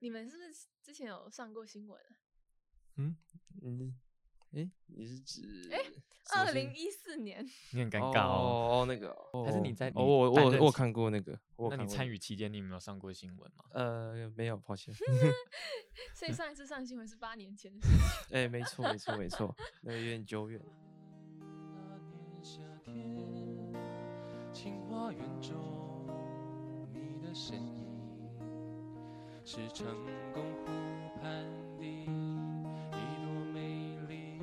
你们是不是之前有上过新闻啊？嗯，你哎，你是指诶什么二新零一四年，你很尴哦尬哦。哦，那个哦还是你在哦，我我担有任我有其看过那个，我有那看你过参那个与期间，你有没有上过新闻吗？呃没有，抱歉。所以上一次上新闻是八年前的事 情。哎， 没错没错没 错，那个有点久远。那年夏天，清花园中你的身影，是成功湖畔的一朵美丽。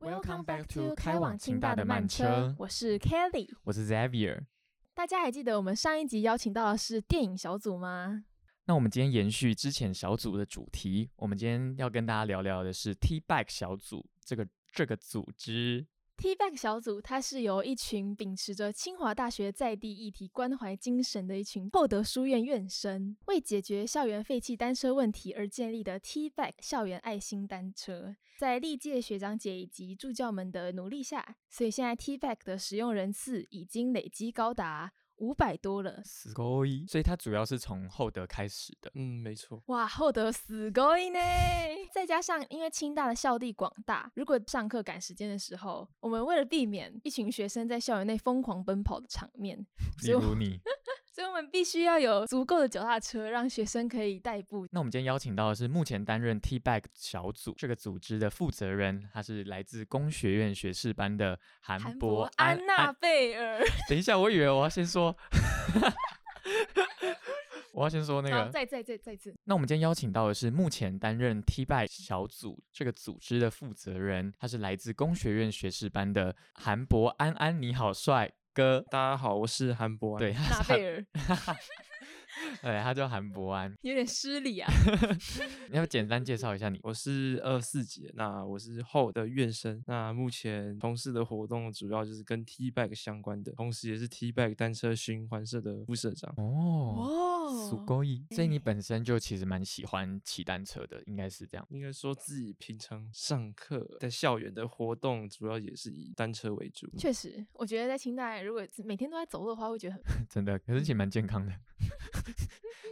Welcome back to 开往清大的慢车我是 Kelly。我是 Xavier。大家还记得我们上一集邀请到的是电影小组吗？那我们今天延续之前小组的主题，我们今天要跟大家聊聊的是 T Back 小组这个这个组织。 T-Back 小组，它是由一群秉持着清华大学在地议题关怀精神的一群厚德书院院生，为解决校园废弃单车问题而建立的 T-Back 校园爱心单车。在历届学长姐以及助教们的努力下，所以现在 T-Back 的使用人次已经累积高达五百多了。 s c o y 所以它主要是从厚德开始 的。嗯，没错。哇，厚德死勾呢！再加上因为清大的校地广大，如果上课赶时间的时候，我们为了避免一群学生在校园内疯狂奔跑的场面，例所以我如你，所以我们必须要有足够的脚踏车，让学生可以代步。那我们今天邀请到的是目前担任 T Back 小组这个组织的负责人，他是来自工学院学士班的韩哎韩博博安娜贝尔，等一下，我以为我要先说， 我要先 说那好，个。再再再再 次，那我们今天邀请到的是目前担任 T b a 小组这个组织的负责人，他是来自工学院学士班的韩博安安，你好帅哥。大家好，我是韩博安。对，他娜是贝尔韩对，他叫韩博安。有点失礼啊。你要不简单介绍一下你？我是二四级，那我是后的院生，那目前从事的活动主要就是跟 T Bag 相关的，同时也是 T Bag 单车循环社的副社长。 哦，苏哦，勾一，所以哎你本身就其实蛮喜欢骑单车的，应该是这样。 应该说自己平常上课在校园的活动，主要也是以单车为主。确实，我觉得在清大如果每天都在走路的话，会觉得很真的，可是嗯也蛮健康的。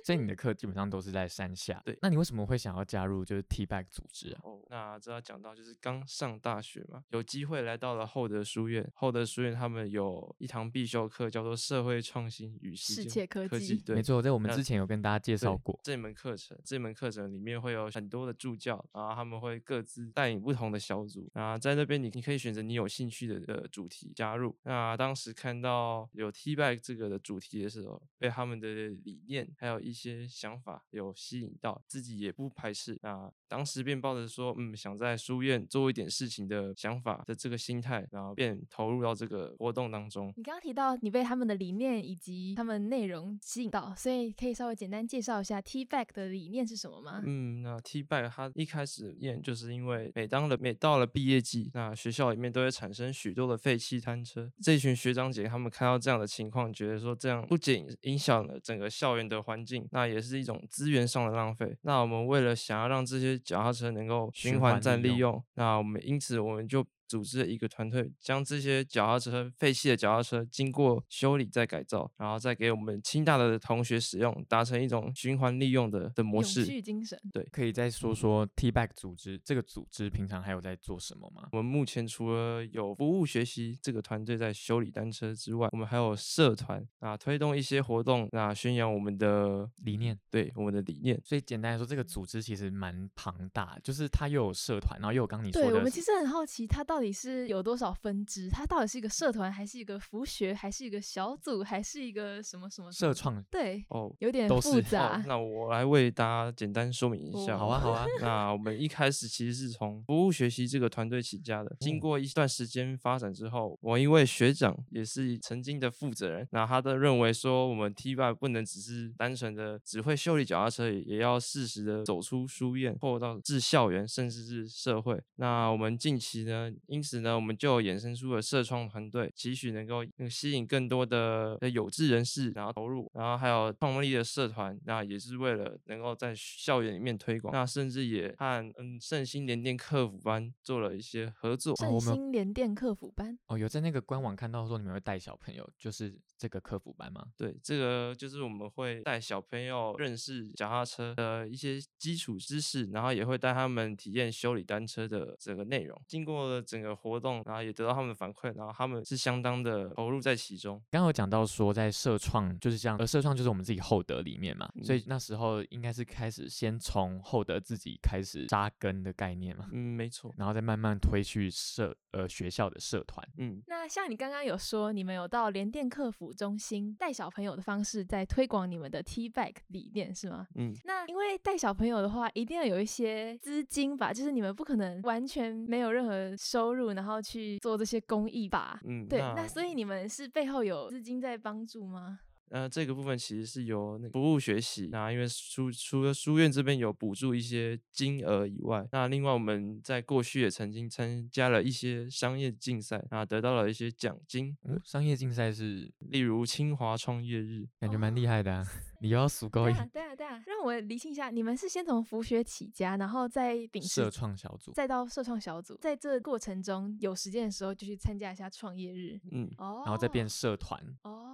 所以你的课基本上都是在山下。对那你为什么会想要加入就是 T Back 组织啊？哦，那这要讲到就是刚上大学嘛，有机会来到了厚德书院。厚德书院他们有一堂必修课叫做社会创新与世实界践科科技技，对，没错，在我们那之前有跟大家介绍对过。这门课程，这门课程里面会有很多的助教，然后他们会各自带领不同的小组，啊，在那边你你可以选择你有兴趣的的主题加入。那当时看到有 T back 这个的主题的时候，被他们的理念还有一些想法有吸引到，自己也不排斥。那当时便抱着说，嗯，想在书院做一点事情的想法的这个心态，然后便投入到这个活动当中。你刚刚提到你被他们的理念以及他们内容吸引到，所以可以稍微简单介绍一下 T Back 的理念是什么吗？嗯，那 T back 它一开始验，就是因为每当了每到了毕业季，那学校里面都会产生许多的废弃摊车。这群学长姐他们看到这样的情况，觉得说这样不仅影响了整个校园的环境，那也是一种资源上的浪费。那我们为了想要让这些脚踏车能够循循环环再利利用用，那我们因此我们就。组织了一个团队，将这些脚踏车废弃的脚踏车经过修理再改造，然后再给我们清大的同学使用，达成一种循环利用的的模永式。续精神，可以再嗯说说 T Back 组织这个组织平常还有在做什么吗？我们目前除了有服务学习这个团队在修理单车之外，我们还有社团啊，推动一些活动，那、宣扬我们的理念。对我们的理念。所以简单来说，这个组织其实蛮庞大，就是它又有社团，然后又有刚你说对的，我们其实很好奇，它到底是有多少分支？它到底是一个社团，还是一个服学，还是一个小组，还是一个什么什么？社创。对，哦，有点都复是哦杂好，。那我来为大家简单说明一下。哦好啊，好啊。 那我们一开始其实是从服务学习这个团队起家的。经嗯过一段时间发展之后，我一位学长也是曾经的负责人，那他的认为说，我们 T b 不能只是单纯的只会修理脚踏车，也要适时的走出书院，扩到至校园，甚至是社会。那我们近期呢，因此呢，我们就有衍生出了社创团队，期许能够呃吸引更多的呃有志人士，然后投入，然后还有创立的社团，那也是为了能够在校园里面推广，那甚至也和嗯圣心联电客服班做了一些合作。圣我们心联电客服班，哦，有在那个官网看到说你们会带小朋友，就是这个客服班吗？对，这个就是我们会带小朋友认识脚踏车的一些基础知识，然后也会带他们体验修理单车的整个内容。经过了整个活动，然后也得到他们的反馈，然后他们是相当的投入在其中。刚刚有讲到说在社创就是这样，而社创就是我们自己厚德里面嘛，所以嗯那时候应该是开始先从厚德自己开始扎根的概念嘛，嗯，没错。然后再慢慢推去社呃学校的社团。嗯，那像你刚刚有说，你们有到联电客服中心带小朋友的方式，在推广你们的 T Bike 理念是吗？嗯，那因为带小朋友的话，一定要有一些资金吧，就是你们不可能完全没有任何收入，然后去做这些公益吧。嗯，对，那所以你们是背后有资金在帮助吗？呃，这个部分其实是由那服务学习，那因为书除了书院这边有补助一些金额以外，那另外我们在过去也曾经参加了一些商业竞赛，啊，得到了一些奖金，嗯，商业竞赛是例如清华创业日，感觉蛮厉哦害的、啊，你又要数够对一啊，对啊，对啊。让我厘清一下，你们是先从服学起家，然后再秉社持，创小组。再到社创小组，在这过程中有时间的时候就去参加一下创业日，嗯，哦，然后再变社团，哦，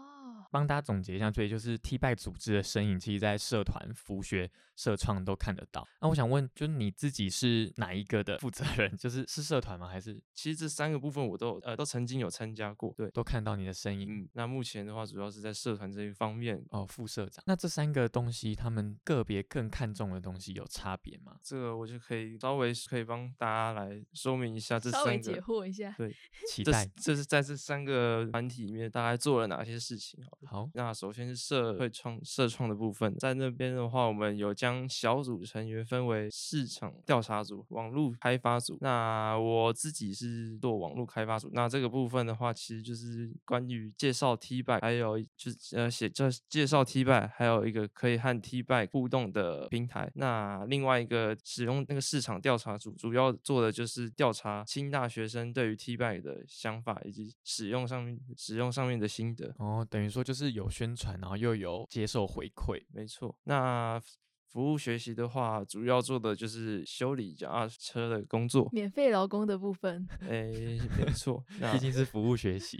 帮大家总结一下，所以就是 T 拜组织的身影，其实在社团、服学、社创都看得到。那我想问，就是你自己是哪一个的负责人？ 就是是社团吗？还是其实这三个部分我都有呃都曾经有参加过，对，都看到你的身影？嗯，那目前的话主要是在社团这一方面，哦，副社长。那这三个东西，他们个别更看重的东西有差别吗？这个我就可以稍微可以帮大家来说明一下这稍微三解个。惑一下。。对，期这是待。这是在这三个团体里面大概做了哪些事情哦好了好，那首先是社会创社创的部分，在那边的话，我们有将小组成员分为市场调查组、网络开发组。那我自己是做网络开发组，那这个部分的话，其实就是关于介绍 T b a c 还有就是呃写这介绍 T b a c 还有一个可以和 T b a c 互动的平台。那另外一个使用那个市场调查组，主要做的就是调查清大学生对于 T b a c 的想法以及使用上面使用上面的心得。哦，等于说就是有宣传，然后又有接受回馈。没错。那服服务学习的话，主要做的就是修理脚踏车的工作免费劳工的部分，诶、没错。那啊毕竟是服务学习，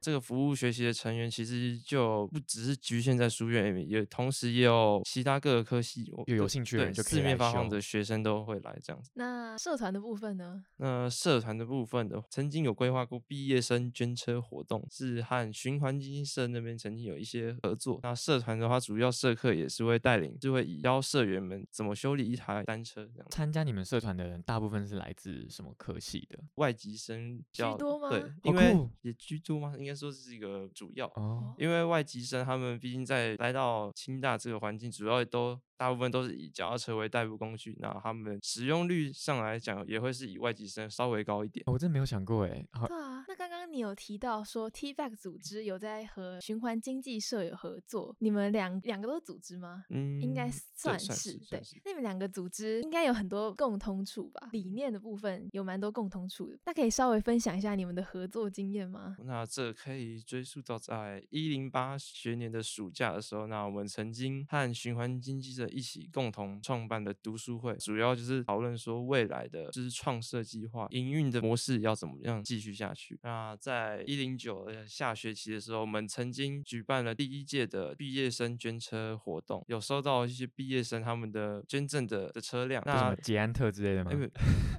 这个服务学习的成员其实就不只是局限在书院里面，也同时也有其他各个科系我有有对兴趣的人对就可以四来面八修方的学生都会来这样子。那社团的部分呢？那社团的部分的，曾经有规划过毕业生捐车活动，是和循环基金社那边曾经有一些合作。那社团的话，主要社课也是会带领，是会以教社员们怎么修理一台单车这样。参加你们社团的人，大部分是来自什么科系的？外籍生居较多对吗，因好为酷也居多吗？应该说是一个主要，哦，因为外籍生他们毕竟在来到清大这个环境，主要都大部分都是以脚踏车为代步工具，那他们使用率上来讲，也会是以外籍生稍微高一点。我真没有想过哎，好对啊，那刚刚你有提到说 T Back 组织有在和循环经济社有合作，你们两两个都是组织吗？嗯，应该算算是是对算是，那你们两个组织应该有很多共通处吧？理念的部分有蛮多共通处的，那可以稍微分享一下你们的合作经验吗？那这可以追溯到在一零八学年的暑假的时候，那我们曾经和循环经济社一起共同创办的读书会，主要就是讨论说未来的就是创设计划营运的模式要怎么样继续下去。那在一零九的下学期的时候，我们曾经举办了第一届的毕业生捐车活动，有收到一些毕业生他们的捐赠的的车辆。有什那么捷安特之类嗯的吗？因为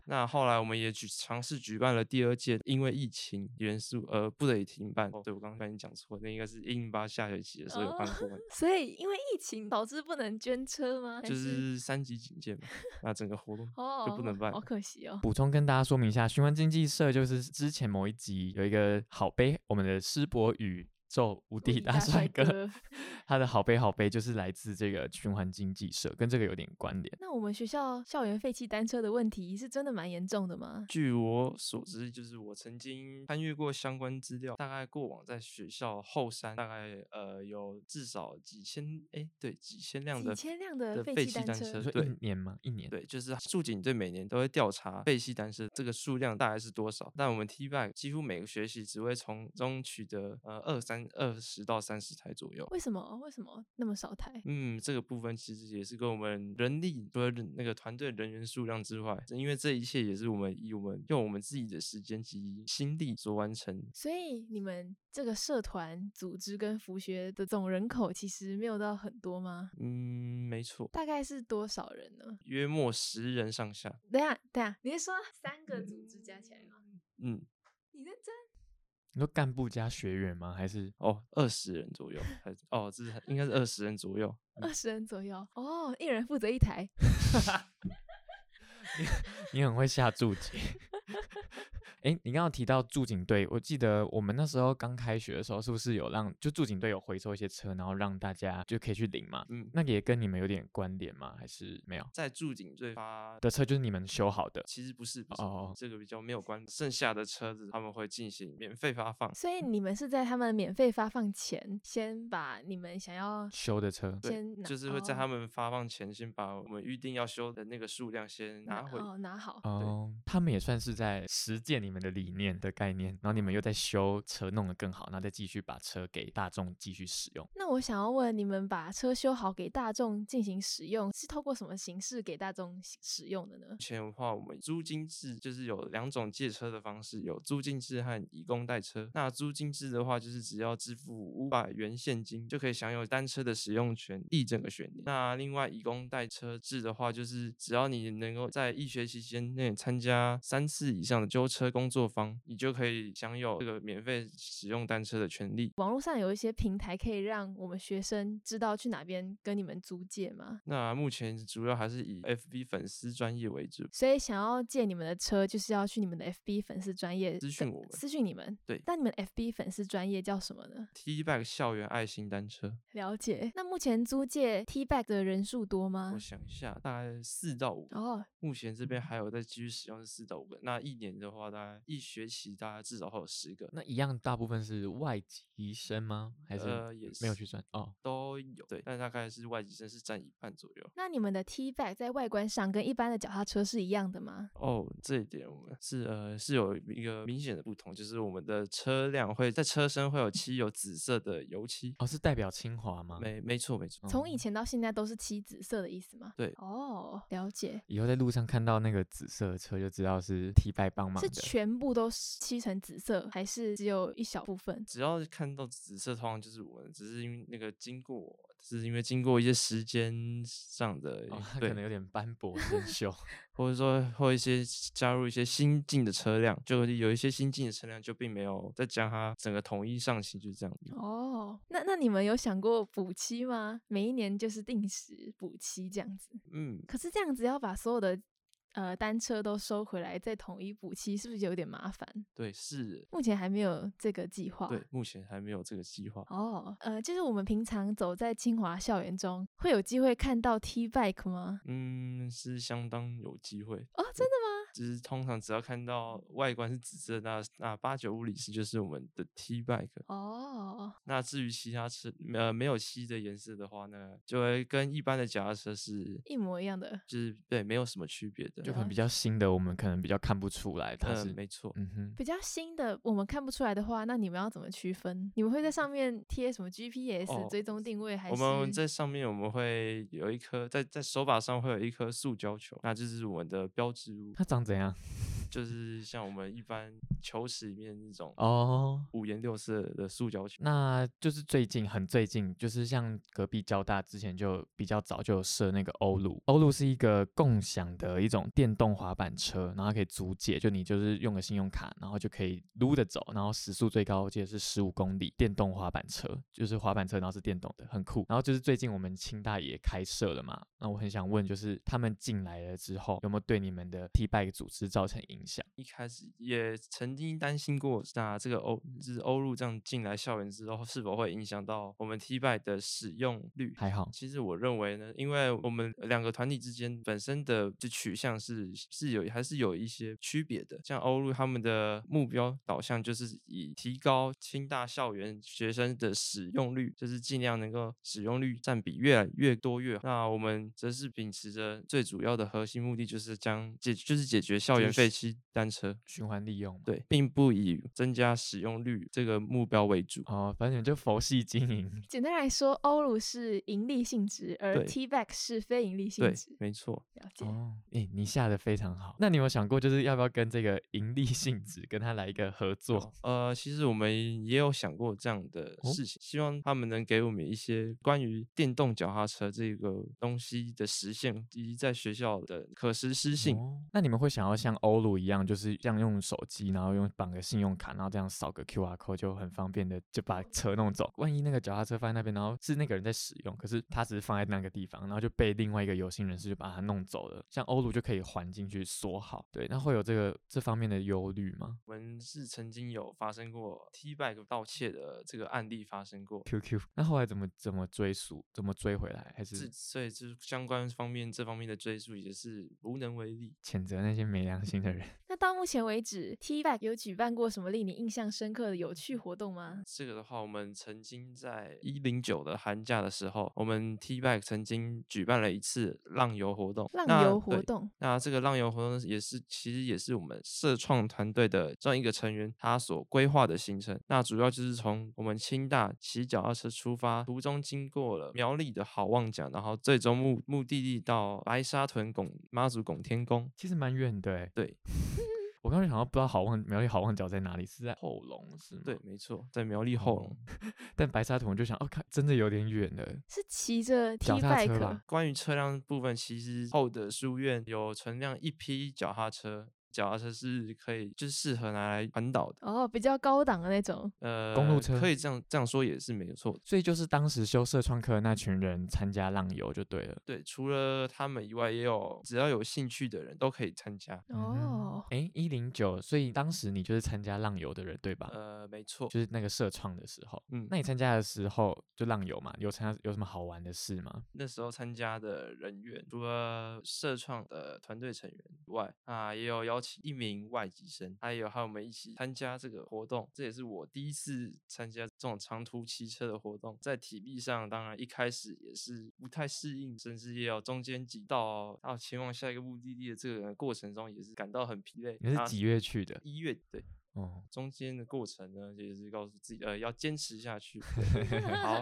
那后来我们也举尝试举办了第二届，因为疫情元素而不得已停办。哦，对我刚刚跟你讲错，那应该是一零八下学期的时候有办过， 所以因为疫情导致不能捐车吗？哦还就是是三级警戒嘛，那整个活动哦，就不能办好可惜哦。补充跟大家说明一下，循环经济社就是之前某一集有一个好杯，我们的施博宇宙无敌大帅哥，， 他的好杯好杯就是来自这个循环经济社，跟这个有点关联。那我们学校校园废弃单车的问题是真的蛮严重的吗？据我所知，就是我曾经翻阅过相关资料，大概过往在学校后山，大概呃有至少几千，哎，对，几千辆几的千辆的的废废弃弃单单车车，你说对一年吗？一年？对，就是驻警队每年都会调查废弃单车这个数量大概是多少，但我们 T back 几乎每个学期只会从中取得呃二三二十到三十台左右。为什么？为什么那么少台？嗯，这个部分其实也是跟我们人力除了人那个团队人员数量之外，因为这一切也是我们以我们用我们自己的时间及心力所完成。所以你们这个社团组织跟服学的总人口其实没有到很多吗？嗯，没错，大概是多少人呢？约莫十人上下。等一下，等一下，你是说三个组织加起来吗？嗯，你认真？你说干部加学员吗？还是哦，二十人左右，还是哦，这是应该是二十人左右。二十人左右哦，一人负责一台，你很会下注解。 哎、你刚刚提到驻警队，我记得我们那时候刚开学的时候，是不是有让就驻警队有回收一些车，然后让大家就可以去领嘛？嗯，那也跟你们有点关联吗？还是没有？在驻警队发的车就是你们修好的，其实不是，不是哦这个比较没有关。剩下的车子他们会进行免费发放，所以你们是在他们免费发放前，先把你们想要修的车。对先，拿就是会在他哦们发放前先把我们预定要修的那个数量先拿回。嗯哦拿好，哦，他们也算是在实践你们的理念的概念，然后你们又在修车弄得更好，然后再继续把车给大众继续使用。那我想要问，你们把车修好给大众进行使用，是透过什么形式给大众使使用的呢目？前的话，我们租金制就是有两种借车的方式，有租金制和以工代车。那租金制的话，就是只要支付五百元现金就可以享有单车的使用权一整个学年。那另外以工代车制的话，就是只要你能够在一学期间内参加三次以上的纠车工作坊，你就可以享有这个免费使用单车的权利。网络上有一些平台可以让我们学生知道去哪边跟你们租借吗？那目前主要还是以 FB 粉丝专业为主，所以想要借你们的车，就是要去你们的 FB 粉丝专业私的讯我们私讯你们。对那你们 FB 粉丝专业叫什么呢？ T Bike 校园爱心单车，了解。那目前租借 T back 的人数多吗我？想一下，大概四到五。哦，目前这嗯边还有在继续使用是四到五个。那一年的话，大概一学期大概至少会有十个，那一样，大部分是外籍生吗？还是呃也没有是去算？哦，都有。对，但大概是外籍生是占一半左右。那你们的 T back 在外观上跟一般的脚踏车是一样的吗？哦，这一点我们是呃是有一个明显的不同，就是我们的车辆会在车身会有漆有紫色的油漆。哦，是代表清华吗？没没错没错，从以哦前到现在都是漆紫色的意思吗？嗯对哦，了解，以后在路上看到那个紫色的车，就知道是 T 拜帮忙是的。全部都是漆成紫色，还是只有一小部分？只要看到紫色，通常就是我们只是因为那个经过，只是因为经过一些时间上的、 哦，他可能对，有点斑驳生锈。或者说或一些加入一些新进的车辆，就有一些新进的车辆就并没有再将它整个统一上漆，就是这样。哦，那那你们有想过补漆吗？每一年就是定时补漆这样子，嗯，可是这样子要把所有的呃单车都收回来再统一补漆，是不是有点麻烦？对，是，目前还没有这个计划。哦对，目前还没有这个计划。哦，呃，就是我们平常走在清华校园中，会有机会看到 T bike 吗？嗯，是相当有机会，啊哦，真的吗？就是通常只要看到外观是紫色的，那那八九五里是就是我们的 T bike，哦，那至于其他车，呃，没有漆的颜色的话呢，就会跟一般的脚踏车是，一模一样的。就是对，没有什么区别的。就可了能比较新的，我们可能比较看不出来它呃，是。没错，嗯哼，比较新的，我们看不出来的话，那你们要怎么区分？你们会在上面贴什么 GPS、嗯哦追踪定位，还我是们在上面我们会有一颗在在手把上会有一颗塑胶球，那就是我们的标志物，它长怎样？ 就是像我们一般球池里面那种哦，五颜六色的塑胶球。那就是最近很最近，就是像隔壁交大之前就比较早就有设那个欧陆，欧陆是一个共享的一种电动滑板车，然后可以租借，就你就是用个信用卡，然后就可以撸着走，然后时速最高我记得是十五公里，电动滑板车就是滑板车，然后是电动的，很酷。然后就是最近我们清大也开设了嘛，那我很想问，就是他们进来了之后，有没有对你们的 T Bike 组织造成影响？一开始也曾经担心过，那这个欧就是欧陆这样进来校园之后，是否会影响到我们 T b 的使用率？还好，其实我认为呢，因为我们两个团体之间本身的这取向是是有还是有一些区别的。像欧陆他们的目标导向就是以提高清大校园学生的使用率，就是尽量能够使用率占比越来越多越好。那我们则是秉持着最主要的核心目的，就是将解就是解决校就园是废弃单车。循环利用嘛。对，并不以增加使用率这个目标为主。哦，反正你们就佛系经营，简单来说，欧鲁是盈利性质，而对 T back 是非盈利性对质，。没错。了解。哦，诶、你下的非常好。那你有没有想过，就是要不要跟这个盈利性质跟他来一个合作？呃，其实我们也有想过这样的哦事情，希望他们能给我们一些关于电动脚踏车这个东西的实现，以及在学校的可实施性。哦那你们会想要像欧鲁一样，就是像用手机，然后用绑个信用卡，然后这样扫个 QR code 就很方便的就把车弄走。万一那个脚踏车放在那边，然后是那个人在使用，可是他只是放在那个地方，然后就被另外一个有心人士就把它弄走了。像欧鲁就可以还进去锁好，对，那会有这个这方面的忧虑吗我们是曾经有发生过 T bike 盗窃的这个案例发生过， ？QQ，那后来怎么怎么追溯，怎么追回来？还是是所以就是相关方面这方面的追溯也是无能为力。谴责那些没良心的人？那到目前为止，T back 有举办过什么令你印象深刻的有趣活动吗？这个的话，我们曾经在一零九的寒假的时候，我们 T Bike 曾经举办了一次浪游活动。浪那游活对动，那这个浪游活动是也是其实也是我们社创团队的这样一个成员他所规划的行程。那主要就是从我们清大骑脚踏车出发，途中经过了苗栗的好望角，然后最终目目的地到白沙屯拱妈祖拱天宫。其实蛮远的、欸，对。 我刚才想到不知道好望苗栗好望角在哪里，是在后龙是吗？对，没错，在苗栗后哦龙。但白沙屯我就想，哦，看真的有点远了。是骑着 T E 脚踏车 back 吧关于车辆部分，其实后的书院有存量一批脚踏车，脚踏车是可以就是适合拿来环岛的。哦，比较高档的那种。呃，公路车可以这样这样说也是没有错的。所以就是当时修社创课的那群人参加浪游就对了。对，除了他们以外，也有只要有兴趣的人都可以参加。哦，哎，一零九，所以当时你就是参加浪游的人对吧？呃，没错，就是那个社创的时候，嗯，那你参加的时候就浪游嘛？有参加有什么好玩的事吗？那时候参加的人员，除了社创的团队成员以外，啊，也有邀请一名外籍生，还有和我们一起参加这个活动。这也是我第一次参加这种长途骑车的活动，在体力上，当然一开始也是不太适应，甚至也有中间几到到前往下一个目的地的这个过程中，也是感到很疲累。你是啊几月去的？一月对，哦，中间的过程呢，也是告诉自己，呃，要坚持下去。 对好，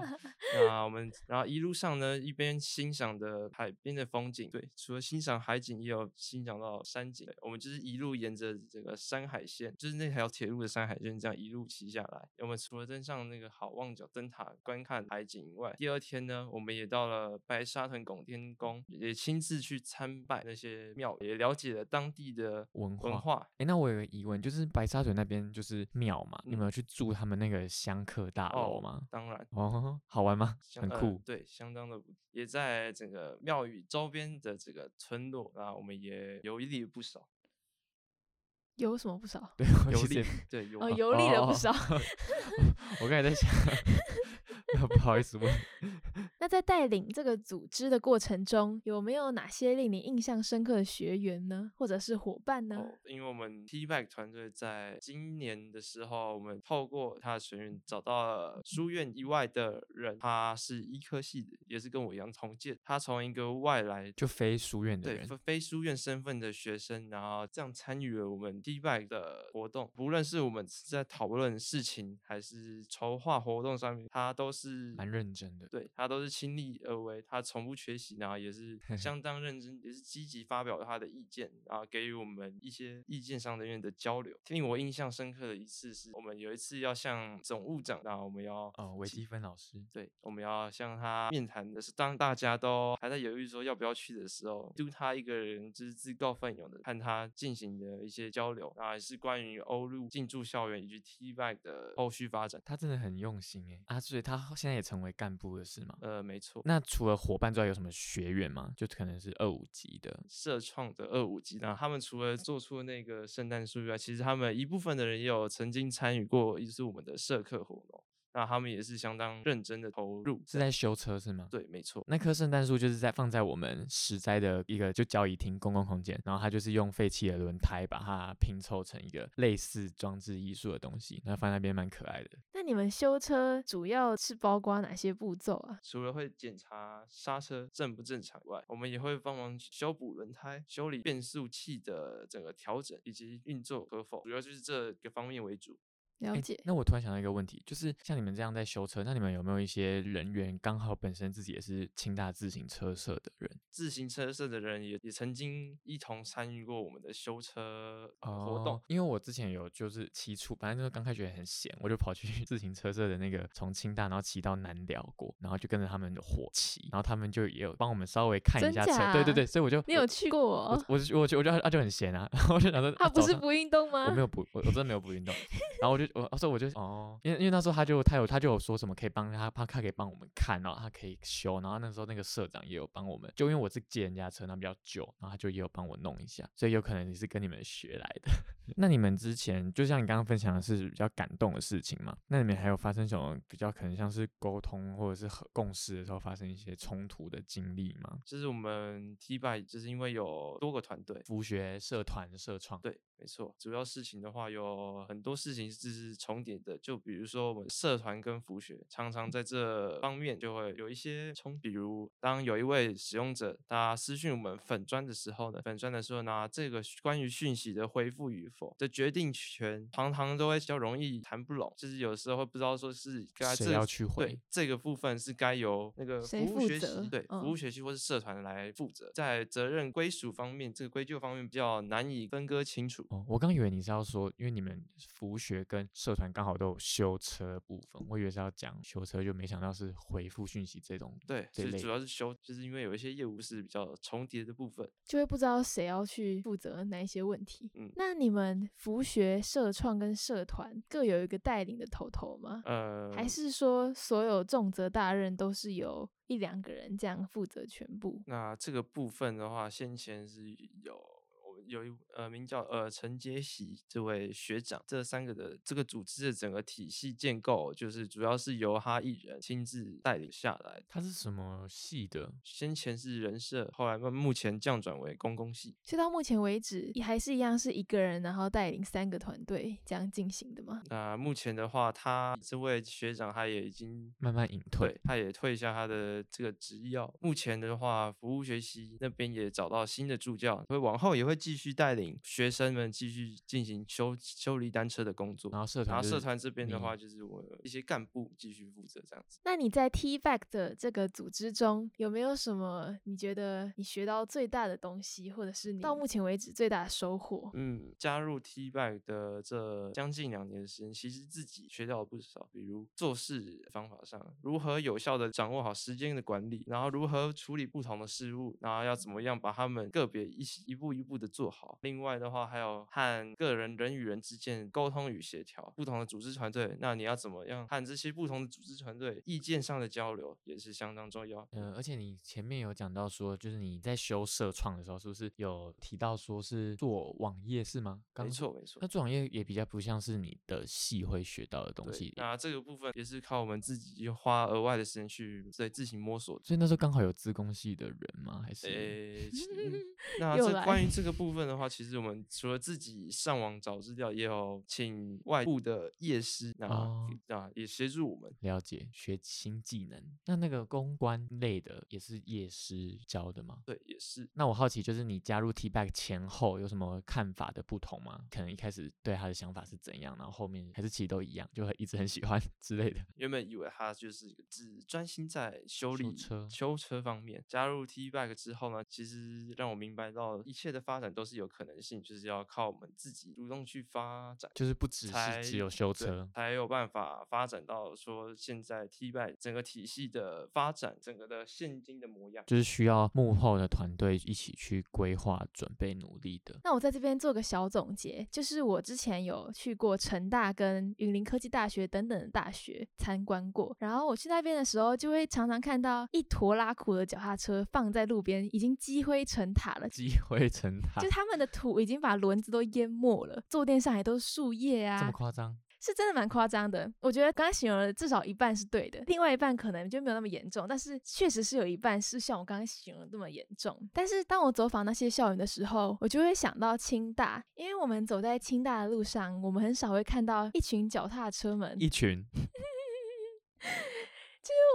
那我们然后一路上呢，一边欣赏的海边的风景，对，除了欣赏海景，也有欣赏到山景。对我们就是一路沿着这个山海线，就是那条铁路的山海线，这样一路骑下来。我们除了登上那个好望角灯塔观看海景以外，第二天呢，我们也到了白沙屯拱天宫，也亲自去参拜那些庙，也了解了当地的文化文化哎，那我有个疑问，就是白沙屯那边就是庙嘛，你们嗯有去住他们那个香客大楼哦吗？当然。哦，好玩吗？相很呃酷。 对，相当的不，也在整个庙宇周边的这个村落，啊，我们也游历了 不少，哦有什么不少？对，我游其实也历对游哦，历游历了不哦少。我刚才在 想， 不好意思问，那在带领这个组织的过程中，有没有哪些令你印象深刻的学员呢，或者是伙伴呢？哦，因为我们 T Back 团队在今年的时候，我们透过他的学员找到了书院以外的人，他是医科系的，也是跟我一样同届，他从一个外来就非书院的对人非，非书院身份的学生，然后这样参与了我们 D b a c 的活动，不论是我们是在讨论事情，还是筹划活动上面，他都是蛮认真的。对他都是亲力而为，他从不缺席，然后也 是相当认真，也是积极发表他的意见，然后给予我们一些意见上的面的交流。令我印象深刻的一次是，我们有一次要向总务长，然后我们要哦，微积分老师，对，我们要向他面谈的是，当大家都还在犹豫说要不要去的时候，就他一个人就是自告奋勇的和他进行的一些交流，啊，是关于欧陆进驻校园以及 T b a c 的后续发展。他真的很用心诶啊，所以他后现在也成为干部了是吗？呃，没错，那除了伙伴之外，有什么学员吗？就可能是二五级的，社创的二五级，那他们除了做出那个圣诞树以外，其实他们一部分的人也有曾经参与过一次我们的社课活动，那他们也是相当认真的投入。是在修车是吗？对，没错。那棵圣诞树就是在放在我们实在的一个就交易厅公共空间，然后它就是用废弃的轮胎把它拼凑成一个类似装置艺术的东西，那放在那边蛮可爱的。那你们修车主要是包括哪些步骤啊？除了会检查刹车正不正常外，我们也会帮忙修补轮胎、修理变速器的整个调整以及运作可否，主要就是这个方面为主。了诶解。那我突然想到一个问题，就是像你们这样在修车，那你们有没有一些人员刚好本身自己也是清大自行车社的人？自行车社的人也也曾经一同参与过我们的修车呃活动。哦因为我之前有就是骑出，反正就是刚开学很闲，我就跑去 自行车社的那个从清大，然后骑到南寮过，然后就跟着他们的火骑，然后他们就也有帮我们稍微看真一下车，对对假对，所以我就你有我去过哦我？我就我就我就他就很闲啊， 然后我就想说他啊不早是上不运动吗？我没有嗯不，我我真的没有不运 动。然后我就我，所以我就哦，因为因为那时候他就他有他就有说什么可以帮他，他他可以帮我们看，然后他可以修。然后那时候那个社长也有帮我们，就因为我是借人家车，那比较旧，然后他就也有帮我弄一下，所以有可能也是跟你们学来的。 那你们之前就像你刚刚分享的是比较感动的事情嘛？那你们还有发生什么比较可能像是沟通或者是和共识的时候发生一些冲突的经历吗？就是我们 T by，就是因为有多个团队，服学社团社创，对，没错。主要事情的话，有很多事情是重叠的，就比如说我们社团跟服学常嗯常在这方面就会有一些冲突。比如，当有一位使用者他私讯我们粉砖的时候呢，粉砖的时候呢，这个关于讯息的回复与否的决定权，常常都会比较容易谈不拢，就是有时候会不知道说是该谁这要去对回这个部分是该由那个服谁务负学习责对服务嗯学习或是社团来负责，在责任归属方面，这个归咎方面比较难以分割清楚。哦，我刚以为你是要说，因为你们服务学跟社团刚好都有修车的部分，我以为是要讲修车，就没想到是回复讯息这种。对，这是类主要是修，就是因为有一些业务是比较重叠的部分。 就会不知道谁要去负责哪一些问题。嗯那你们服学、社创跟社团各有一个带领的头头吗？呃，嗯嗯还是说所有重责大任都是由一两个人这样负责全部？那这个部分的话，先前是有我们有一呃名叫呃陈杰喜这位学长，这三个的这个组织的整个体系建构，就是主要是由他一人亲自带领下来。它是什么系的？先前是人社，后来慢目前降转为公共系。所以到目前为止，也还是一样是一个人，然后带领三个团队这样进行的吗？那目前的话，他这位学长他也已经慢慢隐退。对，他也退下他的这个职要。目前的话，服务学习那边也找到新的助教，会往后也会继续带领学生们继续进行修修理单车的工作。然后社然团嗯后就是，社团这边的你话，就是我一些干部继续负责这样子。那你在 T Back 的这个组织中，有没有什么你觉得你学到最大的东西，或者是你到目前为止最大的收获？嗯，加入 T Back 的这将近两年的时间，其实自己学到了不少，比如做事方法上，如何有效的掌握好时间的管理，然后如何处理不同的事物，然后要怎么样把它们个别一起一步一步的做好。另外的话，还有和个人人与人之间沟通与协调，不同的组织团队，那你要怎么样和这些不同的组织团队意见上的交流也是相当重要。呃，而且你前面有讲到说，就是你在修社创的时候，是不是有提到说是做网页是吗？刚没刚说。错，没错那。做网页也比较不像是你的系会学到的东对西，那这个部分也是靠我们自己花额外的时间去对自行摸索所以那时候刚好有资工系的人吗？还是？ 诶、其嗯那又这来关于这个部部分的话，其实我们除了自己上网找资料，也有请外部的业师啊、哦啊也协助我们。了解，学新技能。那那个公关类的也是夜师教的吗？对，也是那我好奇，就是你加入 T Back 前后有什么看法的不同吗？可能一开始对他的想法是怎样，然后后面还是其实都一样，就很一直很喜欢 之类的。原本以为他就是只专心在修修理车修车方面。加入 T Back 之后呢，其实让我明白到一切的发展都是有可能性，就是要靠我们自己主动去发展。就是不只才是只有修对车，才有办法发展到说现在 T b a 整个体系的发展，整个的现今的模样。就是需要幕后的团队一起去规划、准备、努力的。那我在这边做个小总结，就是我之前有去过成大跟云林科技大学等等的大学参观过，然后我去那边的时候，就会常常看到一坨拉苦的脚踏车放在路边，已经积灰成塔了。积灰成塔，就他们的土已经把轮子都淹没了，坐垫上还都是树叶这么啊，夸张？是真的蛮夸张的。我觉得刚才形容的至少一半是对的，另外一半可能就没有那么严重，但是确实是有一半是像我刚刚形容的那么严重。但是当我走访那些校园的时候，我就会想到清大，因为我们走在清大的路上，我们很少会看到一群脚踏车们，一群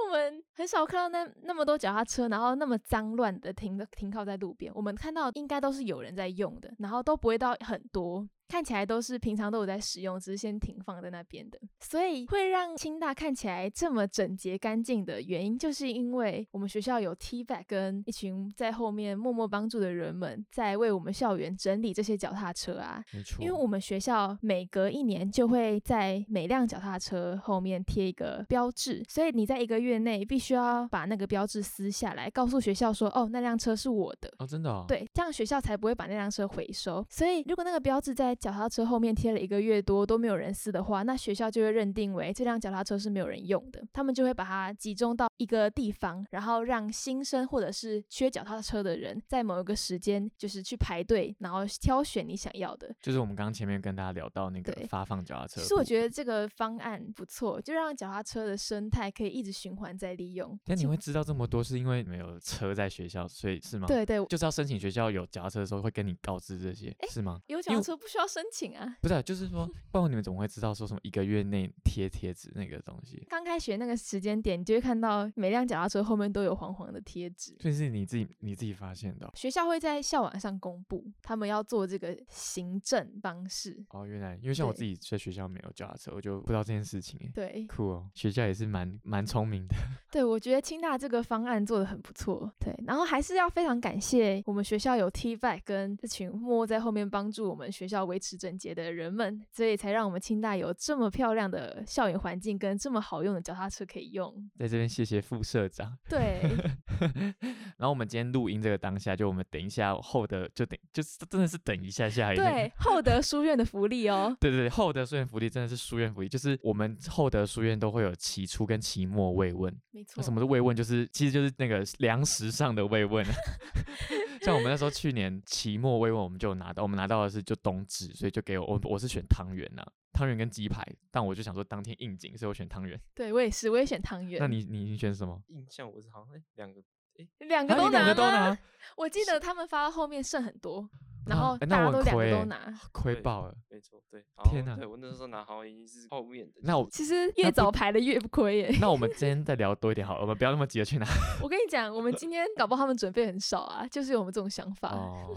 我们很少看到那那么多脚踏车，然后那么脏乱的停的停靠在路边。我们看到应该都是有人在用的，然后都不会到很多，看起来都是平常都有在使用，只是先停放在那边的。所以会让清大看起来这么整洁干净的原因，就是因为我们学校有 T back 跟一群在后面默默帮助的人们，在为我们校园整理这些脚踏车啊，没错，因为我们学校每隔一年就会在每辆脚踏车后面贴一个标志，所以你在一个月内必须要把那个标志撕下来，告诉学校说，哦，那辆车是我的。哦，真的哦，，对，这样学校才不会把那辆车回收。所以，如果那个标志在脚踏车后面贴了一个月多都没有人撕的话，那学校就会认定为这辆脚踏车是没有人用的，他们就会把它集中到一个地方，然后让新生或者是缺脚踏车的人在某一个时间就是去排队，然后挑选你想要的。就是我们刚刚前面跟大家聊到那个对发放脚踏车，其实我觉得这个方案不错，就让脚踏车的生态可以一直循环再利用。但你请会知道这么多，是因为没有车在学校，所以是吗？，对对，就是要申请学校有脚踏车的时候会跟你告知这些，是吗？有脚踏车不需要申请啊。不是啊、就 是说，不然你们怎么会知道说什么一个月内贴贴纸那个东西？刚开学那个时间点，你就会看到每辆脚踏车后面都有黄黄的贴纸。所以是你自己你自己发现的哦学校会在校网上公布，他们要做这个行政方式。哦，原来因为像我对自己在学校没有脚踏车，我就不知道这件事情哎。对酷哦，学校也是蛮蛮聪明的。 对，我觉得清大这个方案做的很不错。对，然后还是要非常感谢我们学校有 T back 跟这群默默在后面帮助我们学校维持整洁的人们，所以才让我们清大有这么漂亮的校园环境跟这么好用的脚踏车可以用。在这边谢谢副社长。 对，然后我们今天录音这个当下，就我们等一下后的就等就是真的是等一下下而已。那个对，厚德书院的福利哦。对对对，厚德书院福利真的是书院福利，就是我们厚德书院都会有期初跟期末慰问。没错那，啊什么是慰问？就是其实就是那个粮食上的慰问啊。 像我们那时候去年期末慰问，我们就有拿到，我们拿到的是就冬至，所以就给我我我是选汤圆呐、汤圆跟鸡排，但我就想说当天应景，所以我选汤圆。对我也是，我也选汤圆。那你你你选什么？印象我是好像哎两个两个啊都你两拿个都吗拿，我记得他们发到后面剩很多，然后啊哎大那家我都两很个亏都欸拿。亏对爆了。没错，对，好天哪对我那时候拿好像已经是后面的，那我 其实越那不早排的越不亏欸耶。那我们今天再聊多一点好了，我们不要那么急着去拿。我跟你讲，我们今天搞不好他们准备很少啊，就是有我们这种想法。哦，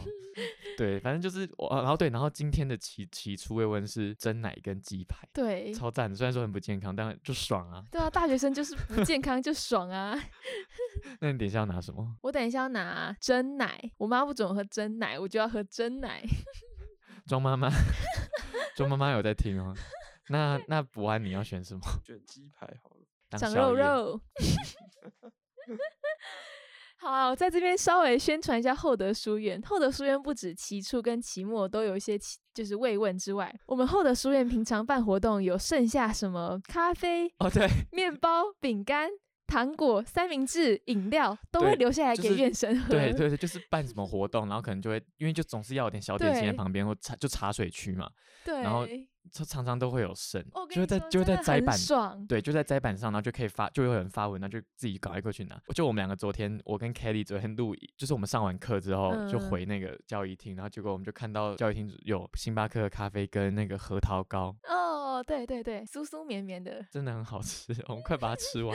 对，反正就是我，啊然后对，然后今天的起起初慰问是蒸奶跟鸡排，对，超赞的。虽然说很不健康，但就爽啊。对啊，大学生就是不健康就爽啊。 那你等一下要拿什么？我等一下要拿真奶，我妈不准我喝真奶，我就要喝真奶。庄妈 妈，庄妈妈有在听哦。 那那不安你要选什么？ 卷鸡排好了。当长宵肉夜。 肉。 好啊，我在这边稍微宣传一下厚德书院。厚德书院不止期初跟期末都有一些期就是慰问之外，我们厚德书院平常办活动有剩下什么咖啡、哦，对，面包、饼干、糖果、三明治、饮料都会对留下来就给是院生喝。对对对，就是办什么活动，然后可能就会，因为就总是要有点小点心在对旁边，或茶就茶水区嘛。对然后常常常都会有剩我，跟就会你在说就会真在的摘很板爽，对，就在摘板上，然后就可以发，就会有人发文，然后就自己赶快过去拿。就我们两个昨天，我跟 Kelly 昨天录，就是我们上完课之后就嗯回那个教育厅，然后结果我们就看到教育厅有星巴克的咖啡跟那个核桃糕，哦，对对对，酥酥绵绵的。真的很好吃， 我们快把它吃完。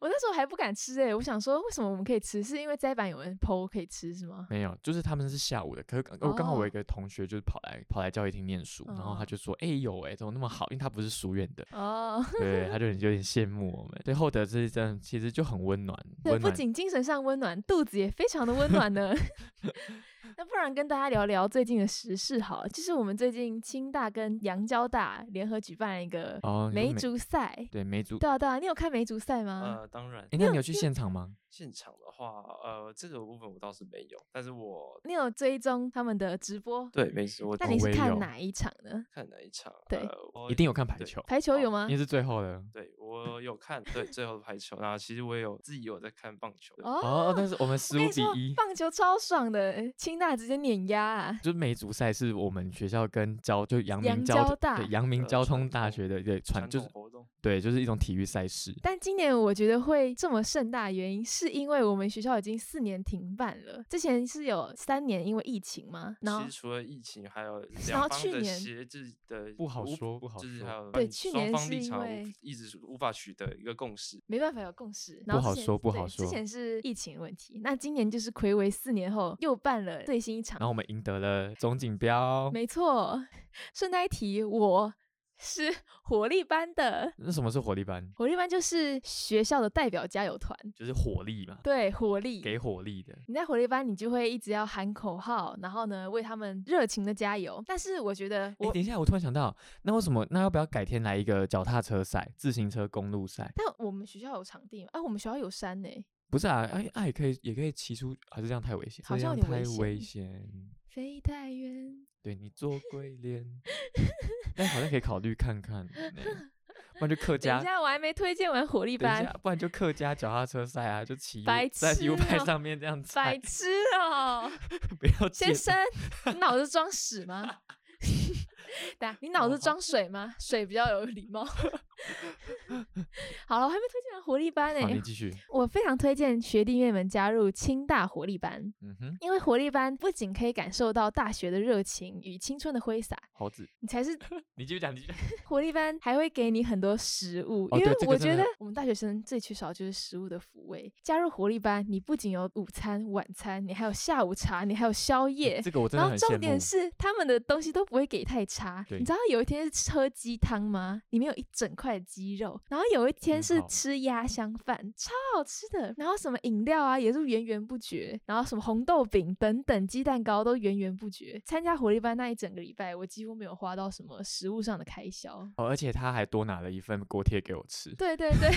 我那时候还不敢吃诶、欸我想说为什么我们可以吃，是因为摘板有人剖可以吃是吗？没有，就是他们是下午的，可是刚我刚好我有哦一个同学就是跑来跑来教育厅念书，然后他哦就说，哎、有哎、怎么那么好？因为他不是书院 的，哦，对，他就有点羡慕我们。对，厚德这一真的其实就很温暖，对，温不暖仅精神上温暖，肚子也非常的温暖 呢。那不然跟大家聊聊最近的时事好了，就是我们最近清大跟阳交大联合举办了一个哦，你说梅竹赛。对梅竹，对啊对啊，你有看梅竹赛吗？呃，当然哎、，那你有去现场吗？现场的话，呃，这个部分我倒是没有，但是我你有追踪他们的直播？对，没错，我那哦你我是也有看哪一场呢？看哪一场？对呃我一定有看排对球，排球有哦吗因？为是最后的。对我有看，对最后的排球，然后其实我也有自己有在看棒球，哦哦，但是我们我十跟五你比说一，棒球超爽的，清大直接碾压啊！就是梅竹赛是我们学校跟交就阳阳明交通大对阳明的交传通大统学的对呃传传就统是活动。对就是一种体育赛事。但今年我觉得会这么盛大，原因是因为我们学校已经四年停办了，之前是有三年因为疫情嘛，然后其实除了疫情，还有然后两方去的年协制的不好无说不好就是说还有对嗯去双年方是立因场无为一直无法取得一个共识。没办法有共识，然后不好之前说不对好说之前是疫情问题，那今年就是暌违四年后又办了最新一场然，后我们赢得了总锦标，没错。顺带一提，我是火力班的，那什么是火力班？火力班就是学校的代表加油团，就是火力嘛，对，火力给火力的。你在火力班，你就会一直要喊口号，然后呢为他们热情的加油。但是我觉得哎、我，等一下，我突然想到，那为什么那要不要改天来一个脚踏车赛、自行车公路赛？但我们学校有场地吗？哎、我们学校有山呢、不是啊，哎、啊，也可以，也可以骑出，还、是这样太危险，好像有这点危样太险危险。飞太远，对你做鬼脸，但好像可以考虑看看 呢、不然就客等家一，下我还没推荐完火力等一下班，， 不然就客家脚踏车赛啊，就骑白在 U 痴派哦上面这样白踩，痴哦、 不要介先生， 你脑子装屎吗？对啊，你哦脑子装水吗？水比较有礼貌。 好了，我还没推荐完活力班呢、好，你继续。我非常推荐学弟妹们加入清大活力班，嗯哼，因为活力班不仅可以感受到大学的热情与青春的挥洒，猴子，你才 是你继续讲，你继续讲。活力班还会给你很多食物，哦因为对这个我真觉的得我们大学生最缺少的就是食物的抚慰。加入活力班，你不仅有午餐、晚餐，你还有下午茶，你还有宵夜。这个我真然后的很重羡点慕。是他们的东西都不会给太差。你知对道有一天是喝鸡汤吗？里面有一整块鸡肉，然后有一天很是好吃鸭香饭，超好吃的。然后什么饮料啊也是源源不绝，然后什么红豆饼等等鸡蛋糕都源源不绝。参加活力班那一整个礼拜，我几乎没有花到什么食物上的开销。哦，而且他还多拿了一份锅贴给我吃，对对 对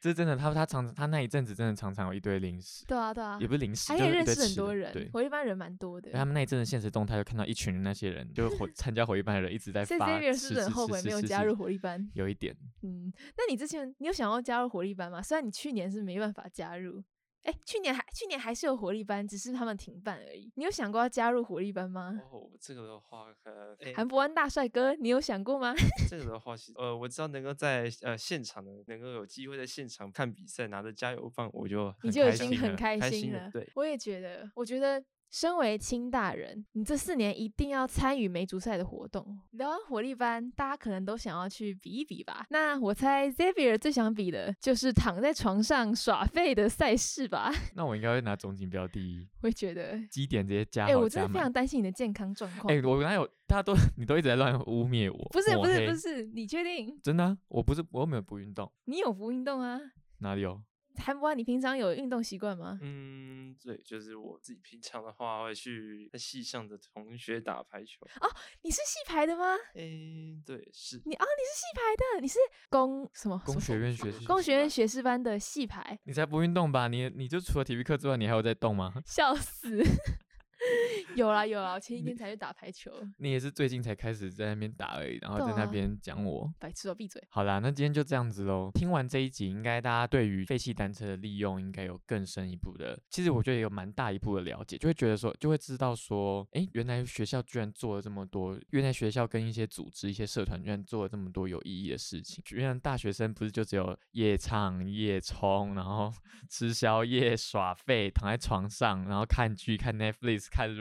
这是真的。他他常他那一阵子真的常常有一堆零食，对啊对啊也，不是零食，还就可以是一认堆识很吃的多人对，，活力班人蛮多的然后。他们那一阵的现实动态就看到一群那些人，就是回参加回一班的人一直在所以发 Xavier 吃，是不吃是很吃后吃悔没有吃加吃入活力班？有一点，嗯，那你之前你有想要加入活力班吗？虽然你去年是没办法加入，哎，去年还去年还是有活力班，只是他们停办而已。你有想过要加入活力班吗？哦，这个的话，呃，诶韩伯安大帅哥，你有想过吗？ 这个的话，其实呃，我知道能够在呃现场呢，能够有机会在现场看比赛，拿着加油棒，我就你很就已开经心很了开开心心了了。对我也觉得，我觉得。身为清大人，你这四年一定要参与梅竹赛的活动。聊完活力班，大家可能都想要去比一比吧。那我猜 Xavier 最想比的就是躺在床上耍废的赛事吧。 那我应该会拿总锦标第一，我也觉得，基点直接加哎、好我真加的非满常。担心你的健康状况。哎、我哪有？大家都你都一直在乱污蔑我，不是抹不是黑不，是，你确定真的啊、我不是我又没有不运动，你有不运动啊？哪里有？韩博，你平常有运动习惯吗？嗯，对，就是我自己平常的话会去在系上的同学打排球。你是戏排的吗？诶，对，是你啊，你是戏排的，你是工什么什工么学院学士，工学院学士班的戏排，你才不运动吧？你你就除了体育课之外，你还有在动吗？笑死！ 有啦有啦，我前几天才去打排球，你也是最近才开始在那边打而已，然后在对那啊边讲我。白痴哦，闭嘴。好啦，那今天就这样子喽。听完这一集，应该大家对于废弃单车的利用应该有更深一步的，其实我觉得有蛮大一步的了解，就会觉得说，就会知道说，诶，原来学校居然做了这么多，原来学校跟一些组织、一些社团居然做了这么多有意义的事情。原来大学生不是就只有夜唱、夜冲，然后 吃宵夜、耍废，躺在床上，然后看剧、看 Netflix、看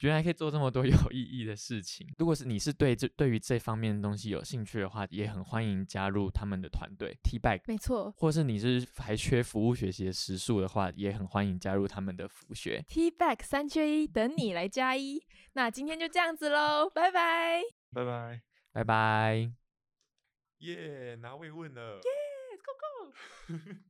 原来可以做这么多有 意义的事情。如果是你是对这对于这方面的东西有兴趣的话，也很欢迎加入他们的团队 T Bag，没错或是你是还缺服务学习的时数的话，也很欢迎加入他们的服学。 ，T back 三缺一，等你来加一。那今天就这样子喽，拜拜。拜拜。拜拜。耶，拿慰问了。 Yes, go go.